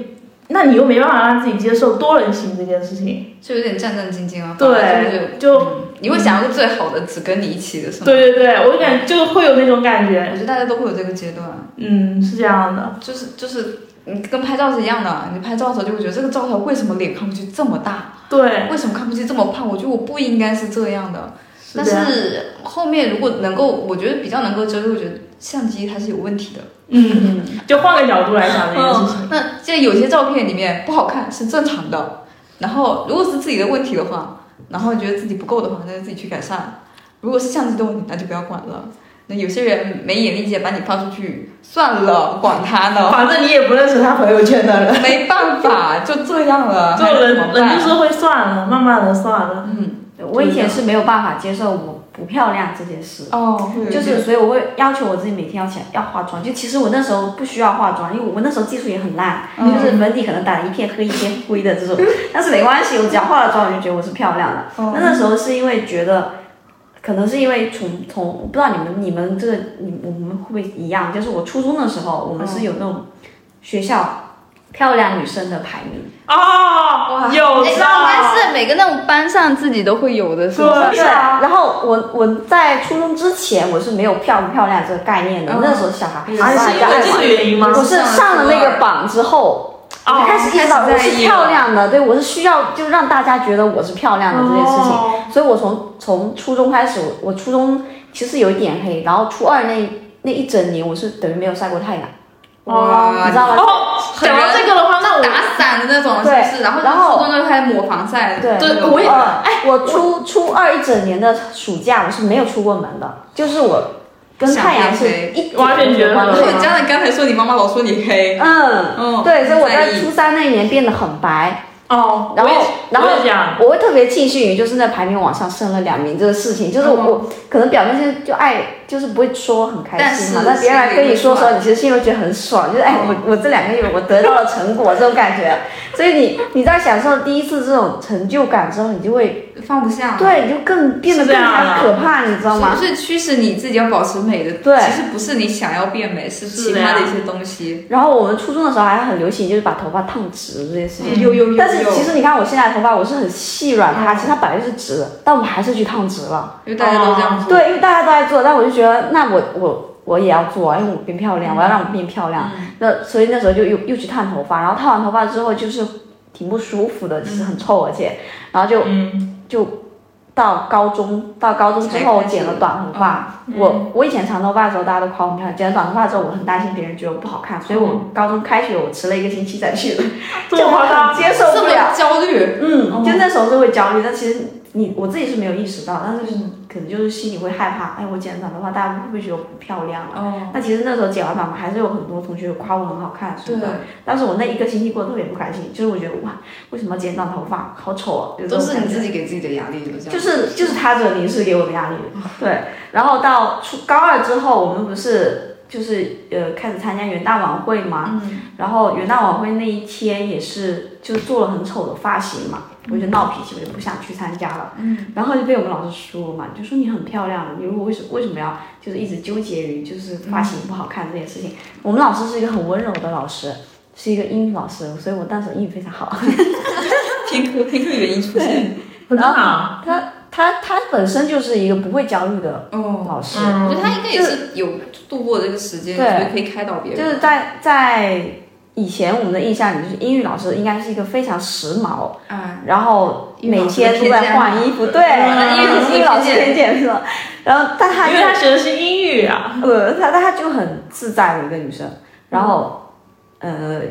[SPEAKER 3] 那你又没办法让自己接受多人行这件事情。
[SPEAKER 2] 就有点战战兢兢啊。反正
[SPEAKER 3] 嗯对，就
[SPEAKER 2] 就你会想要个最好的，只跟你一起的是吗？，
[SPEAKER 3] 对对对，我就感就会有那种感觉，
[SPEAKER 2] 我觉得大家都会有这个阶段，
[SPEAKER 3] 嗯，是这样的，
[SPEAKER 2] 就是就是你跟拍照是一样的，你拍照的时候就会觉得这个照片为什么脸看不去这么大，
[SPEAKER 3] 对，
[SPEAKER 2] 为什么看不去这么胖？我觉得我不应该是这样的。
[SPEAKER 3] 是
[SPEAKER 2] 但
[SPEAKER 3] 这样，
[SPEAKER 2] 是后面如果能够，我觉得比较能够接受，我觉得相机它是有问题的。
[SPEAKER 3] 嗯，就换个角度来想这件事情，
[SPEAKER 2] 嗯，那在有些照片里面不好看是正常的，然后如果是自己的问题的话，然后觉得自己不够的话，那就自己去改善。如果是相机的问题，那就不要管了。那有些人没眼力见，把你放出去算了，管他呢，
[SPEAKER 3] 反正你也不认识他朋友圈的人，
[SPEAKER 2] 没办法，就这样了。
[SPEAKER 3] 就
[SPEAKER 2] 还能
[SPEAKER 3] 人
[SPEAKER 2] 怎么
[SPEAKER 3] 人
[SPEAKER 2] 办
[SPEAKER 3] 就是会算了，慢慢的算了，
[SPEAKER 1] 我以前是没有办法接受我不漂亮这件事。
[SPEAKER 2] 哦，会有
[SPEAKER 1] 就
[SPEAKER 2] 点
[SPEAKER 1] 是，所以我会要求我自己每天要起来要化妆。就其实我那时候不需要化妆，因为我那时候技术也很烂，
[SPEAKER 2] 嗯
[SPEAKER 1] 就是粉底可能打一片黑一片灰的 这种，但是没关系，我只要化了妆，我就觉得我是漂亮的。
[SPEAKER 3] 哦
[SPEAKER 1] 那那时候是因为觉得，可能是因为从从我不知道你们你们这个你我们会不会一样？就是我初中的时候，我们是有那种学校。漂亮女生的排名。
[SPEAKER 3] 嗯哦，有照
[SPEAKER 2] 哎，应该是每个那种班上自己都会有的，是吧？
[SPEAKER 3] 对
[SPEAKER 1] 对，然后我我在初中之前我是没有漂不漂亮这个概念的，那时候小孩
[SPEAKER 3] 啊，
[SPEAKER 1] 还
[SPEAKER 3] 是
[SPEAKER 1] 是
[SPEAKER 3] 因为这个原因吗？
[SPEAKER 1] 我是上了那个榜之后，
[SPEAKER 3] 哦
[SPEAKER 1] 开始意识到
[SPEAKER 2] 开始
[SPEAKER 1] 我
[SPEAKER 2] 在意
[SPEAKER 1] 是漂亮的，对我是需要就让大家觉得我是漂亮的这件事情，
[SPEAKER 3] 哦
[SPEAKER 1] 所以我从从初中开始，我我初中其实有一点黑，然后初二那那一整年我是等于没有晒过太阳，
[SPEAKER 3] 哦，
[SPEAKER 1] 你知道吗？
[SPEAKER 3] 哦，讲到这个的话，那我
[SPEAKER 2] 打伞的那种，是不是？
[SPEAKER 1] 对
[SPEAKER 2] 然后
[SPEAKER 1] 然后
[SPEAKER 2] 初中就开始抹防晒，
[SPEAKER 1] 对
[SPEAKER 2] 对，
[SPEAKER 1] 我也哎，我初初二一整年的暑假我是没有出过门的，就是我跟太阳是
[SPEAKER 2] 想变
[SPEAKER 1] 一点
[SPEAKER 3] 完全
[SPEAKER 1] 都没
[SPEAKER 3] 觉得
[SPEAKER 1] 有关
[SPEAKER 2] 然
[SPEAKER 1] 系
[SPEAKER 2] 后
[SPEAKER 3] 对
[SPEAKER 2] 你家人刚才说你妈妈老说你黑，
[SPEAKER 1] 嗯，
[SPEAKER 2] 嗯，
[SPEAKER 1] 对，所以我
[SPEAKER 2] 在
[SPEAKER 1] 在
[SPEAKER 2] 意
[SPEAKER 1] 初三那一年变得很白，
[SPEAKER 3] 哦，
[SPEAKER 1] 然后
[SPEAKER 3] 我也
[SPEAKER 1] 然后
[SPEAKER 3] 我也讲，
[SPEAKER 1] 我会特别庆幸于就是那排名往上升了两名这个事情，就是我、
[SPEAKER 3] 嗯
[SPEAKER 1] 我可能表面上就爱，就是不会说很开心嘛，
[SPEAKER 2] 但
[SPEAKER 1] 但
[SPEAKER 2] 是
[SPEAKER 1] 别人来跟你说的时
[SPEAKER 2] 心里
[SPEAKER 1] 候，你其实心里会觉得很爽，就是哎，我我这两个月我得到了成果这种感觉， 所以你你在享受第一次这种成就感之后，你就会
[SPEAKER 2] 放不下，
[SPEAKER 1] 对你就更变得
[SPEAKER 3] 是这
[SPEAKER 1] 更
[SPEAKER 3] 样
[SPEAKER 1] 加
[SPEAKER 3] 啊
[SPEAKER 1] 可怕，你知道吗？
[SPEAKER 2] 是是驱使你自己要保持美的，
[SPEAKER 1] 对
[SPEAKER 2] 其实不是你想要变美，是其
[SPEAKER 3] 是的呀
[SPEAKER 2] 他的一些东西。
[SPEAKER 1] 然后我们初中的时候还很流行，就是把头发烫直这件事情。
[SPEAKER 2] 又又又，
[SPEAKER 1] 但是其实你看我现在头发我是很细软塌，其实它本来就是直的，但我还是去烫直了。
[SPEAKER 2] 因为大家都这样做，
[SPEAKER 1] 对，因为大家都在做，但我就觉得那我我我也要做，因为我变漂
[SPEAKER 3] 嗯
[SPEAKER 1] 亮，我要让我变漂亮。那所以那时候就又又去烫头发，然后烫完头发之后就是挺不舒服的，就是很臭，而且
[SPEAKER 3] 嗯
[SPEAKER 1] 然后就、就到高中到高中之后
[SPEAKER 2] 才开始
[SPEAKER 1] 剪了短头发。
[SPEAKER 3] 嗯
[SPEAKER 1] 我我以前长头发的时候大家都夸我很漂亮，剪了短头发之后我很担心别人觉得我不好看，所以我高中开学我迟了一个星期才 去的，
[SPEAKER 3] 嗯这
[SPEAKER 1] 就
[SPEAKER 3] 么
[SPEAKER 1] 我
[SPEAKER 3] 夸张
[SPEAKER 1] 很接受
[SPEAKER 2] 这
[SPEAKER 1] 不了。
[SPEAKER 2] 么焦虑，
[SPEAKER 1] 嗯，就那时候是会焦虑，但其实你我自己是没有意识到，但是
[SPEAKER 2] 嗯
[SPEAKER 1] 可能就是心里会害怕，哎，我剪短头发，大家会不会觉得我不漂亮了？
[SPEAKER 2] 哦，
[SPEAKER 1] 那其实那时候剪完短发，还是有很多同学夸我很好看什
[SPEAKER 2] 对
[SPEAKER 1] 么，的。但是我那一个星期过得特别不开心，就是我觉得哇，为什么要剪短头发，好丑啊！有这
[SPEAKER 2] 都
[SPEAKER 1] 种
[SPEAKER 2] 是你
[SPEAKER 1] 感觉
[SPEAKER 2] 自己给自己的压力，就这样。
[SPEAKER 1] 就是就是他这个凝视给我的压力，对。然后到初高二之后，我们不是就是呃开始参加元旦晚会嘛，然后元旦晚会那一天也是就做了很丑的发型嘛，我就闹脾气，我就不想去参加了。嗯。然后就被我们老师说嘛，就说你很漂亮，你如果为什为什么要就是一直纠结于就是发型不好看这件事情？我们老师是一个很温柔的老师。是一个英语老师，所以我当时英语非常好。
[SPEAKER 2] 偏科偏科原因出现，
[SPEAKER 3] 很正常，
[SPEAKER 1] 他他他本身就是一个不会焦虑的
[SPEAKER 2] 哦，
[SPEAKER 1] 老师，
[SPEAKER 3] 嗯
[SPEAKER 2] 我觉得他应该也是有度过这个时间，
[SPEAKER 1] 对
[SPEAKER 2] 所以可以开导别人，
[SPEAKER 1] 就是在在以前我们的印象里，就是英语老师应该是一个非常时髦，
[SPEAKER 2] 啊，
[SPEAKER 1] 然后每天都
[SPEAKER 2] 英语老师
[SPEAKER 1] 在
[SPEAKER 2] 的
[SPEAKER 1] 换衣服，对，因为英语老师偏见是吧？然后但他
[SPEAKER 3] 因为他
[SPEAKER 1] 就
[SPEAKER 3] 学的是英语啊。
[SPEAKER 1] 呃他他就很自在的一个女生，然后呃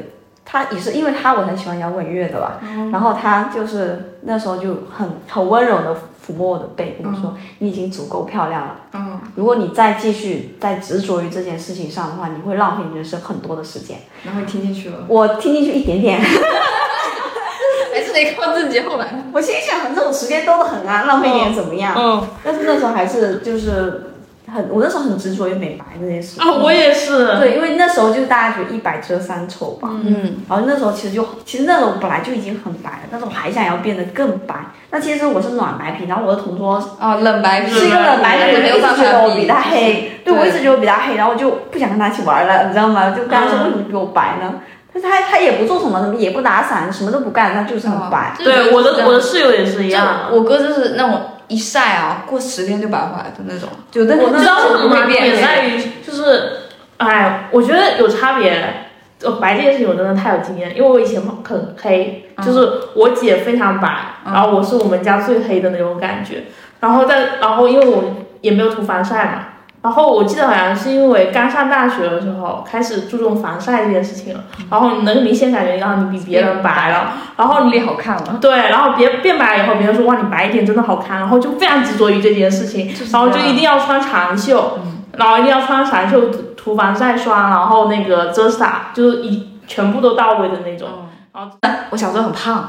[SPEAKER 1] 她也是因为她我很喜欢摇滚乐的吧，然后她就是那时候就很很温柔的抚摸我的背，跟我说、你已经足够漂亮了，
[SPEAKER 2] 嗯，
[SPEAKER 1] 如果你再继续再执着于这件事情上的话，你会浪费你人生很多的时间。
[SPEAKER 2] 然后你听进去了，
[SPEAKER 1] 我听进去一点点，
[SPEAKER 2] 还是得靠自己。后来，
[SPEAKER 1] 我心想这种时间多得很啊，浪费一点怎么样？
[SPEAKER 3] 嗯，
[SPEAKER 1] 但是那时候还是就是很，我那时候很执着于美白这件事
[SPEAKER 3] 啊，我也是。
[SPEAKER 1] 对，因为那时候就是大家觉得一白遮三丑吧，嗯，然后那时候其实就其实那时候本来就已经很白了，但是我还想要变得更白。那其实我是暖白皮，然后我的同桌
[SPEAKER 2] 啊，冷白皮
[SPEAKER 1] 是一个冷白
[SPEAKER 2] 皮，
[SPEAKER 1] 皮，
[SPEAKER 2] 没
[SPEAKER 1] 我
[SPEAKER 2] 有
[SPEAKER 1] 一
[SPEAKER 2] 办
[SPEAKER 1] 直
[SPEAKER 2] 法
[SPEAKER 1] 觉得我比他黑，嗯对我一直觉得我比他黑，然后我就不想跟他一起玩了，你知道吗？就跟他说为什么比我白呢？但是他他也不做什么，也不打伞，什么都不干，他就是很白。
[SPEAKER 2] 哦
[SPEAKER 3] 对，我的我的室友也是一样。
[SPEAKER 2] 我哥就是那种一晒啊，过十天就白回来的那种，
[SPEAKER 1] 就那
[SPEAKER 3] 我知道为什么
[SPEAKER 2] 会
[SPEAKER 3] 吗？
[SPEAKER 2] 变
[SPEAKER 3] 也在于就是，哎，我觉得有差别。我白这件事情我真的太有经验，因为我以前很黑，就是我姐非常白，然后我是我们家最黑的那种感觉。然后但然后因为我也没有涂防晒嘛，然后我记得好像是因为刚上大学的时候开始注重防晒这件事情了，然后你能明显感觉到你嗯比别人白了，然后你
[SPEAKER 2] 脸好看了，
[SPEAKER 3] 对，然后别变白以后，别人说哇你白一点真的好看，然后就非常执着于这嗯件事情，然后就一定要穿长袖，然后一定要穿长袖涂涂防晒霜，然后那个遮瑕，就是一全部都到位的那种。
[SPEAKER 2] 我小时候很胖。
[SPEAKER 3] 哦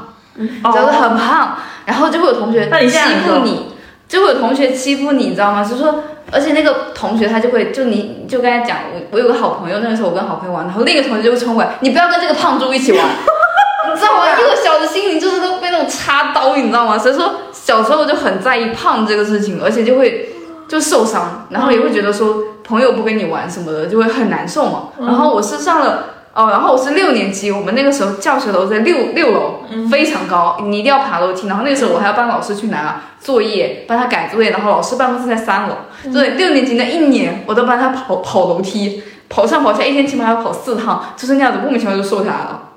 [SPEAKER 2] 长得很胖，然后就会有同学
[SPEAKER 3] 那你
[SPEAKER 2] 欺
[SPEAKER 3] 现在很
[SPEAKER 2] 负你，就会有同学欺负你，你知道吗？就说，而且那个同学他就会，就你就刚才讲，我我有个好朋友，那个时候我跟好朋友玩，然后另一个同学就会冲过来，你不要跟这个胖猪一起玩， 你知道
[SPEAKER 3] 啊
[SPEAKER 2] 吗？幼小的心灵就是都被那种插刀，你知道吗？所以说小时候就很在意胖这个事情，而且就会就受
[SPEAKER 3] 嗯
[SPEAKER 2] 伤，然后也会觉得说朋友不跟你玩什么的，就会很难受嘛。然后我是上了。哦，然后我是六年级，我们那个时候教学楼在六六楼，
[SPEAKER 3] 嗯
[SPEAKER 2] 非常高，你一定要爬楼梯。然后那个时候我还要帮老师去拿作业，帮他改作业，然后老师办公室在三楼。
[SPEAKER 3] 嗯
[SPEAKER 2] 对，六年级那一年，我都帮他跑跑楼梯，跑上跑下，一天起码要跑四趟，就是那样子，莫名其妙就瘦下来了。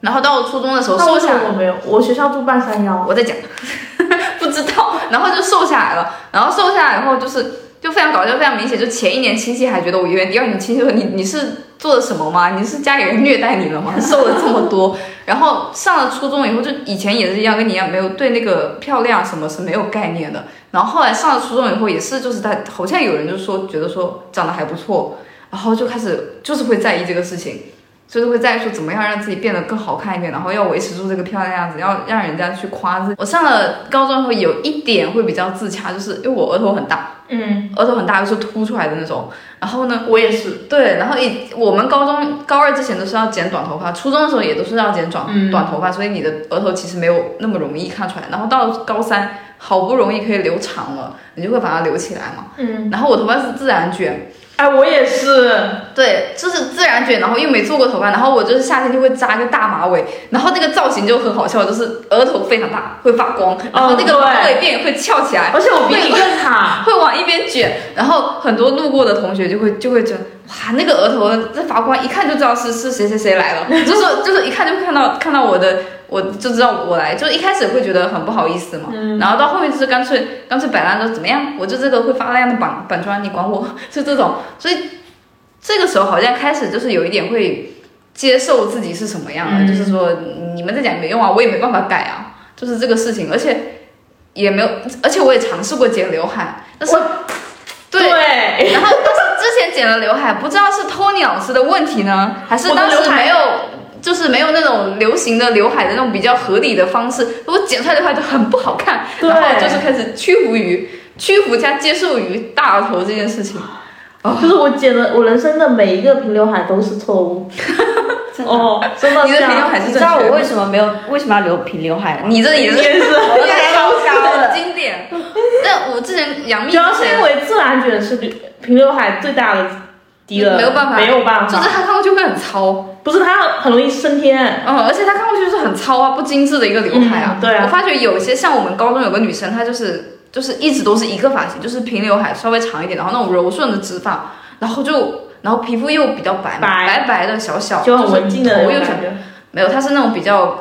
[SPEAKER 2] 然后到初中的时候
[SPEAKER 3] 那
[SPEAKER 2] 瘦
[SPEAKER 3] 为什
[SPEAKER 2] 下来
[SPEAKER 3] 么我没有？我学校住半山腰，
[SPEAKER 2] 我在讲， 不知道，然后就瘦下来了，然后瘦下来以后就是就非常搞笑，非常明显，就前一年亲戚还觉得我有点要你亲戚说你你是做了什么吗？你是家里人虐待你了吗？瘦了这么多，然后上了初中以后，就以前也是一样，跟你一样没有对那个漂亮什么是没有概念的，然后后来上了初中以后也是，就是他好像有人就说觉得说长得还不错，然后就开始就是会在意这个事情。就是会在意说怎么样让自己变得更好看一点，然后要维持住这个漂亮样子，要让人家去夸自己。我上了高中以后有一点会比较自洽，就是因为我额头很大，
[SPEAKER 3] 嗯，
[SPEAKER 2] 额头很大又是凸出来的那种。然后呢，
[SPEAKER 3] 我也是，
[SPEAKER 2] 对，然后以我们高中高二之前都是要剪短头发，初中的时候也都是要剪短、
[SPEAKER 3] 嗯
[SPEAKER 2] 短头发，所以你的额头其实没有那么容易看出来。然后到高三好不容易可以留长了，你就会把它留起来嘛。
[SPEAKER 3] 嗯，
[SPEAKER 2] 然后我头发是自然卷，
[SPEAKER 3] 哎，我也是，
[SPEAKER 2] 对，就是自然卷，然后又没做过头发，然后我就是夏天就会扎个大马尾，然后那个造型就很好笑，就是额头非常大，会发光，然后那个
[SPEAKER 3] 哦对
[SPEAKER 2] 马尾辫也会翘起来，
[SPEAKER 3] 而且我比
[SPEAKER 2] 会
[SPEAKER 3] 你更卡，
[SPEAKER 2] 会往一边卷，然后很多路过的同学就会就会觉得，哇，那个额头这发光，一看就知道是是谁谁谁来了， 就是就是一看就看到看到我的，我就知道我来，就一开始会觉得很不好意思嘛，然后到后面就是干脆干脆摆烂说怎么样，我就这个会发亮的板板砖，你管我， 就这种，所以这个时候好像开始就是有一点会接受自己是什么样的，
[SPEAKER 3] 嗯
[SPEAKER 2] 就是说你们在讲也没用啊，我也没办法改啊，就是这个事情，而且。也没有，而且我也尝试过剪刘海，但是对，
[SPEAKER 3] 对，
[SPEAKER 2] 然后但是之前剪了刘海，不知道是托尼老师的问题呢，还是
[SPEAKER 3] 我的
[SPEAKER 2] 当时
[SPEAKER 3] 刘海
[SPEAKER 2] 没有，就是没有那种流行的刘海的那种比较合理的方式，我剪出来刘海就很不好看，
[SPEAKER 3] 对
[SPEAKER 2] 然后就是开始屈服于屈服加接受于大头这件事情。
[SPEAKER 3] 就是我剪的，我人生的每一个平刘海都是错误，哦， 真的
[SPEAKER 2] 你的
[SPEAKER 3] 这样
[SPEAKER 2] 平刘海是
[SPEAKER 1] 啊你
[SPEAKER 2] 正
[SPEAKER 1] 知道
[SPEAKER 2] 确
[SPEAKER 1] 我
[SPEAKER 2] 的，
[SPEAKER 1] 为什么没有为什么要留平刘海吗？
[SPEAKER 2] 哎你这也是
[SPEAKER 3] 也是，
[SPEAKER 1] 太搞笑
[SPEAKER 2] 很
[SPEAKER 1] 了，
[SPEAKER 2] 经典。但我之前杨幂
[SPEAKER 3] 主
[SPEAKER 2] 之
[SPEAKER 3] 要是
[SPEAKER 2] 前
[SPEAKER 3] 因为自然卷是平刘海最大的敌人，
[SPEAKER 2] 没有办法
[SPEAKER 3] 没有办
[SPEAKER 2] 就
[SPEAKER 3] 法，
[SPEAKER 2] 是她看过去会很糙，
[SPEAKER 3] 不是它很容易升天，
[SPEAKER 2] 嗯，而且她看过去就是很糙啊，不精致的一个刘海啊。
[SPEAKER 3] 嗯对
[SPEAKER 2] 我
[SPEAKER 3] 啊，
[SPEAKER 2] 发觉有些像我们高中有个女生，她就是就是一直都是一个发型，就是平刘海稍微长一点，然后那种柔顺的直发，然后就然后皮肤又比较白嘛，
[SPEAKER 3] 白
[SPEAKER 2] 白白的小小，
[SPEAKER 3] 就
[SPEAKER 2] 就
[SPEAKER 3] 很
[SPEAKER 2] 是
[SPEAKER 3] 文静的
[SPEAKER 2] 头
[SPEAKER 3] 那
[SPEAKER 2] 又
[SPEAKER 3] 种
[SPEAKER 2] 小，
[SPEAKER 3] 感觉，
[SPEAKER 2] 没有，她是那种比较。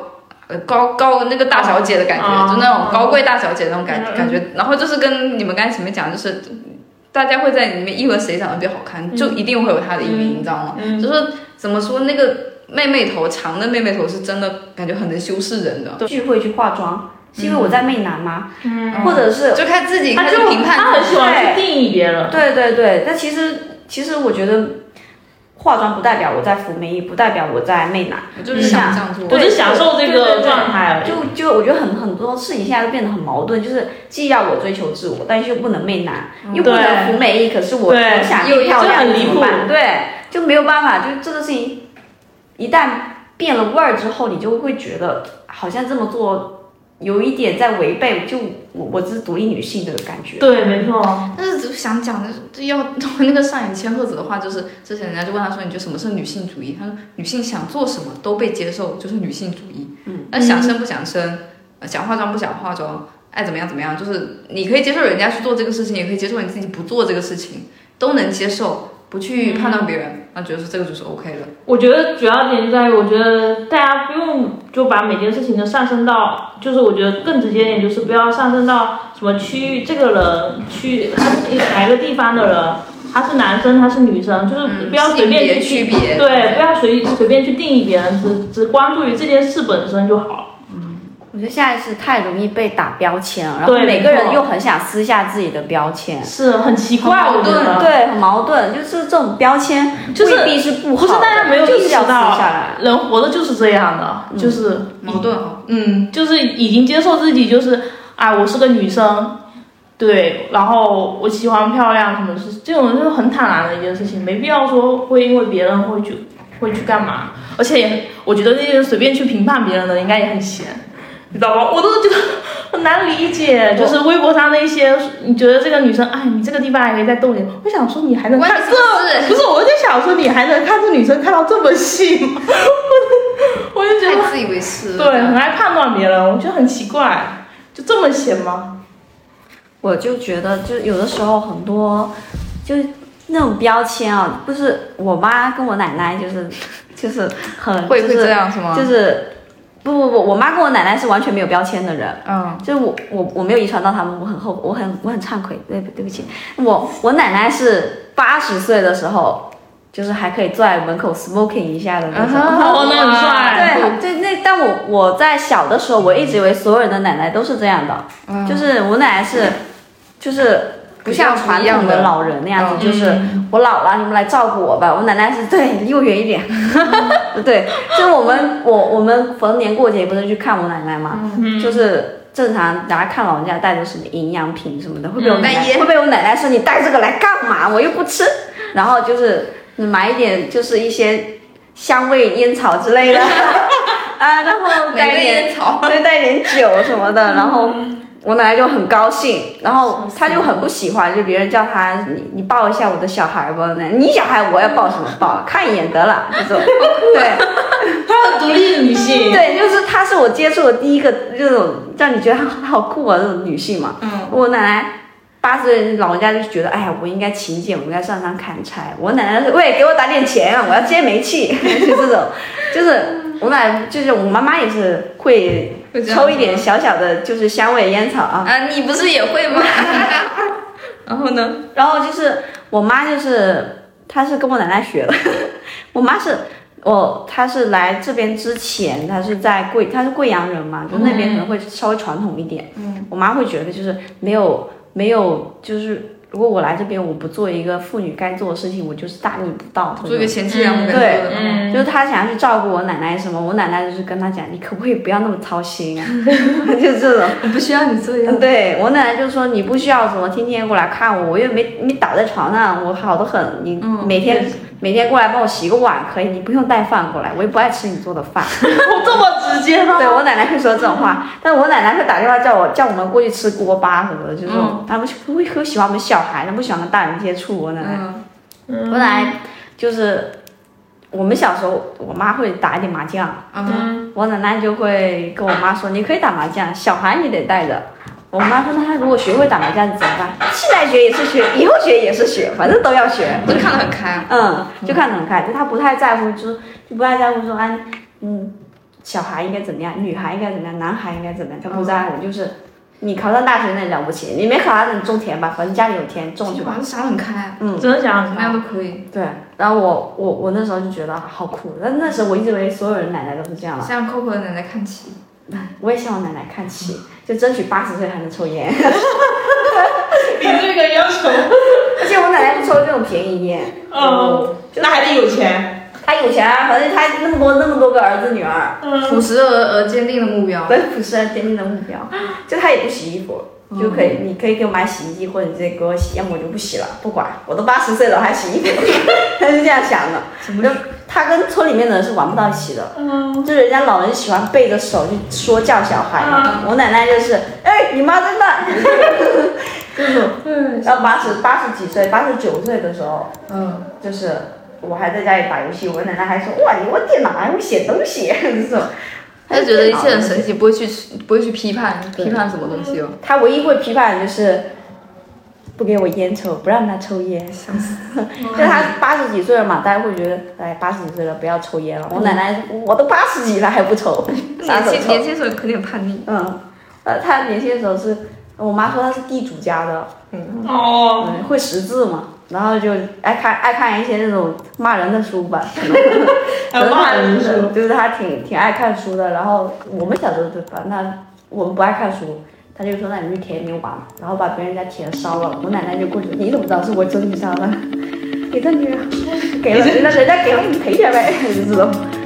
[SPEAKER 2] 呃高高那个大小姐的感觉，
[SPEAKER 3] 哦
[SPEAKER 2] 就那种高贵大小姐那种感、
[SPEAKER 3] 嗯嗯
[SPEAKER 2] 感觉，然后就是跟你们刚才前面讲，就是大家会在里面议论谁长得比较好看，就一定会有她的一名，你知道吗？
[SPEAKER 3] 嗯
[SPEAKER 2] 就说怎么说那个妹妹头长的妹妹头是真的感觉很能修饰人的，
[SPEAKER 1] 聚会去化妆，
[SPEAKER 2] 嗯
[SPEAKER 1] 是因为我在媚男吗？
[SPEAKER 3] 嗯，
[SPEAKER 1] 或者是
[SPEAKER 2] 就看自己
[SPEAKER 3] 他
[SPEAKER 2] 开
[SPEAKER 3] 就
[SPEAKER 2] 始评判
[SPEAKER 3] 他很
[SPEAKER 2] 自己
[SPEAKER 3] 喜欢去定义别人，
[SPEAKER 1] 对对对，但其实其实我觉得化妆不代表我在服美役，不代表我在媚男，
[SPEAKER 2] 我就是想这样做。
[SPEAKER 3] 我
[SPEAKER 1] 对
[SPEAKER 3] 是享受这
[SPEAKER 1] 对对
[SPEAKER 3] 个
[SPEAKER 1] 对
[SPEAKER 3] 状态而已，
[SPEAKER 1] 就就我觉得很很多事情现在都变得很矛盾，就是既要我追求自我，但是又不能媚男，又不能服美役，可是我
[SPEAKER 3] 嗯对
[SPEAKER 1] 我想
[SPEAKER 3] 有
[SPEAKER 1] 又漂
[SPEAKER 3] 就
[SPEAKER 1] 亮
[SPEAKER 3] 很离
[SPEAKER 1] 怎
[SPEAKER 3] 谱
[SPEAKER 1] 么办？对，就没有办法，就这个事情一旦变了味儿之后，你就会觉得好像这么做有一点在违背，就我我是独立女性的感觉。
[SPEAKER 3] 对，没错，
[SPEAKER 2] 但是想讲的是要那个上野千鹤子的话，就是之前人家就问他说，你觉得什么是女性主义？他说女性想做什么都被接受，就是女性主义。嗯，那想生不想生，呃想化妆不想化妆，爱怎么样怎么样，就是你可以接受人家去做这个事情，也可以接受你自己不做这个事情，都能接受，不去判断别
[SPEAKER 3] 嗯
[SPEAKER 2] 人，那、觉得说这个就是 OK 的。
[SPEAKER 3] 我觉得主要点就在于，我觉得大家不用就把每件事情都上升到，就是我觉得更直接一点，就是不要上升到什么区域这个人区，他是哪一个地方的人，他是男生，他是女生，就是不要随便去、
[SPEAKER 2] 嗯性别区别
[SPEAKER 3] 对，不要随随便去定义别人，只只关注于这件事本身就好。
[SPEAKER 1] 我觉得现在是太容易被打标签了，然后
[SPEAKER 3] 对
[SPEAKER 1] 每个
[SPEAKER 3] 没
[SPEAKER 1] 人
[SPEAKER 3] 错
[SPEAKER 1] 又很想撕下自己的标签。
[SPEAKER 3] 是很奇怪，
[SPEAKER 2] 很
[SPEAKER 3] 我
[SPEAKER 2] 矛
[SPEAKER 3] 觉
[SPEAKER 2] 盾
[SPEAKER 3] 得。
[SPEAKER 1] 对，很矛盾，就是这种标签
[SPEAKER 3] 就是
[SPEAKER 1] 未必是不
[SPEAKER 3] 不
[SPEAKER 1] 好的，
[SPEAKER 3] 是大家没有
[SPEAKER 1] 就
[SPEAKER 3] 意
[SPEAKER 1] 是
[SPEAKER 3] 识
[SPEAKER 1] 要撕
[SPEAKER 3] 到
[SPEAKER 1] 下来，，嗯
[SPEAKER 3] 人活着就是这样的，就是
[SPEAKER 2] 矛盾哦哈，
[SPEAKER 3] 嗯，就是已经接受自己，就是啊，我是个女生，对，然后我喜欢漂亮什么的，是这种就是很坦然的一件事情，没必要说会因为别人会去会去干嘛，而且也我觉得那些人随便去评判别人的，应该也很闲，你知道吗？我都觉得， 很难理解，就是微博上那些你觉得这个女生，哎，你这个地方还可以再动点。我想说你还能
[SPEAKER 2] 关
[SPEAKER 3] 看
[SPEAKER 2] 你什么
[SPEAKER 3] 这，不是，我就想说你还能看这女生看到这么细吗？ 我就我就觉得
[SPEAKER 2] 太自以为是了。
[SPEAKER 3] 对，很爱判断别人，我觉得很奇怪，就这么闲吗？
[SPEAKER 1] 我就觉得，就有的时候很多，就那种标签啊，不是我妈跟我奶奶就是，就是很
[SPEAKER 2] 会
[SPEAKER 1] 就
[SPEAKER 2] 会
[SPEAKER 1] 是
[SPEAKER 2] 这样是吗？
[SPEAKER 1] 就是不不不，我妈跟我奶奶是完全没有标签的人，
[SPEAKER 2] 嗯，
[SPEAKER 1] 就是我我我没有遗传到他们，我很后我很我很忏悔，对不对不起，我我奶奶是八十岁的时候，就是还可以坐在门口 smoking 一下的那种。
[SPEAKER 3] 哦那很帅
[SPEAKER 1] 对对，那但我我在小的时候，我一直以为所有人的奶奶都是这样的，就是我奶奶是，就是不像传统的老人那样子，就是我老了，你们来照顾我吧。我奶奶是对，离我远一点。对，就是我们我我们逢年过节不是去看我奶奶嘛，就是。正常，大家看老人家带的什么营养品什么的，会被我奶奶、会被我奶奶说你带这个来干嘛？我又不吃。然后就是买一点，就是一些香味烟草之类的，啊，然后
[SPEAKER 2] 玫
[SPEAKER 1] 带一
[SPEAKER 2] 瑰
[SPEAKER 1] 点
[SPEAKER 2] 烟草，
[SPEAKER 1] 对，带点酒什么的，然后我奶奶就很高兴，然后她就很不喜欢，就别人叫她你你抱一下我的小孩吧，那你小孩我要抱什么抱，看一眼得了，这种，对
[SPEAKER 3] 她很独立的女性，
[SPEAKER 2] 嗯
[SPEAKER 1] 对，就是她是我接触的第一个这种让你觉得她好酷啊这种女性嘛，嗯，我奶奶。八十岁老人家就觉得，哎呀，我应该勤俭，我应该上山砍柴。我奶奶说，喂，给我打点钱啊，我要接煤气， 就这种，就是我奶奶，就是我妈妈也是会
[SPEAKER 2] 会这样
[SPEAKER 1] 抽一点小小的，就是香味烟草啊。
[SPEAKER 2] 啊，你不是也会吗？ 然后呢？
[SPEAKER 1] 然后就是我妈，就是她是跟我奶奶学的。 我妈是我，她是来这边之前，她是在贵，她是贵阳人嘛，就
[SPEAKER 2] 嗯
[SPEAKER 1] 那边可能会稍微传统一点。嗯，我妈会觉得就是没有没有，就是如果我来这边，我不做一个妇女该做的事情，我就是大逆不道。
[SPEAKER 2] 做一个前妻良母
[SPEAKER 1] 嗯
[SPEAKER 2] 感觉的
[SPEAKER 3] 对嗯
[SPEAKER 1] 就是他想要去照顾我奶奶什么，我奶奶就是跟他讲，你可不可以不要那么操心啊？ 就这种。
[SPEAKER 2] 我不需要你这样。
[SPEAKER 1] 嗯对我奶奶就说你不需要什么，天天过来看我，我又没没倒在床上，我好的很。你每天、每天过来帮我洗个碗可以，你不用带饭过来，我也不爱吃你做的饭。
[SPEAKER 3] 这么直接吗？
[SPEAKER 1] 对我奶奶会说这种话，但我奶奶会打电话叫我叫我们过去吃锅巴什么的，就是他们不会喜欢我们小孩，他不喜欢跟大人接触。我奶奶。
[SPEAKER 2] 嗯，
[SPEAKER 1] 我奶奶就是我们小时候，我妈会打一点麻将，
[SPEAKER 2] 啊
[SPEAKER 3] 嗯
[SPEAKER 1] 我奶奶就会跟我妈说：“你可以打麻将，小孩你得带着。”我妈说：“那他如果学会打麻将怎么办？现在学也是学，以后学也是学，反正都要学。
[SPEAKER 2] 我就看得很开啊。”
[SPEAKER 1] 嗯，就看得很开，就她不太在乎，就是就不太在乎说啊，嗯，小孩应该怎么样，女孩应该怎么样，男孩应该怎么样，她不在乎，就是你考上大学那了不起，你没考上你种田吧，反正家里有田种去吧。
[SPEAKER 2] 好像想得很开啊，
[SPEAKER 1] 嗯，
[SPEAKER 3] 真的
[SPEAKER 2] 怎
[SPEAKER 3] 想
[SPEAKER 2] 么样都可以。
[SPEAKER 1] 对，然后我我我那时候就觉得好酷，但那时候我一直以为所有人奶奶都是这样了，
[SPEAKER 2] 向 Coco 的奶奶看齐。
[SPEAKER 1] 我也向我奶奶看齐，就争取八十岁还能抽烟，
[SPEAKER 3] 你这个要求，
[SPEAKER 1] 而且我奶奶不抽这种便宜烟，
[SPEAKER 3] 嗯，那还得有钱，
[SPEAKER 1] 她有钱啊，反正她那么多那么多个儿子女儿，
[SPEAKER 3] 嗯
[SPEAKER 2] 朴实而而坚定的目标。
[SPEAKER 1] 对，不是她坚定的目标，就她也不洗衣服。就可以，你可以给我买洗衣机，或者你直接给我洗，要么我就不洗了，不管，我都八十岁了还洗衣服， 她是这样想的。就她跟村里面的人是玩不到一起的，
[SPEAKER 3] 嗯，
[SPEAKER 1] 就人家老人喜欢背着手去说教小孩嘛，我奶奶就是，哎，你妈在那，就是，然后八十八十几岁、八十九岁的时候，
[SPEAKER 2] 嗯，
[SPEAKER 1] 就是我还在家里打游戏，我奶奶还说，哇，你我电脑还会写东西， 这种，
[SPEAKER 2] 他就觉得一切很神奇，不会去不会去批判批判什么东西哦。
[SPEAKER 1] 她唯一会批判的就是不给我烟抽，不让她抽烟，就她八十几岁了嘛，大家会觉得，哎，八十几岁了不要抽烟了。我奶奶，我都八十几了还不抽，啥
[SPEAKER 2] 年
[SPEAKER 1] 时候
[SPEAKER 2] 轻
[SPEAKER 1] 抽
[SPEAKER 2] 年？轻时候肯定很叛逆。
[SPEAKER 1] 嗯，呃，他年轻的时候是我妈说他是地主家的，
[SPEAKER 3] 哦，
[SPEAKER 1] 嗯，会识字嘛，然后就爱看爱看一些那种骂人的书 吧，
[SPEAKER 3] 还呃骂人是吧？
[SPEAKER 1] 就是他挺挺爱看书的。然后我们小时候对吧，那我们不爱看书。他就说：“那你去田里面玩，然后把别人家田烧了。”我奶奶就过去：“你怎么知道是 我争取上的？给这女，给了人家人家给了你赔钱呗，就这种。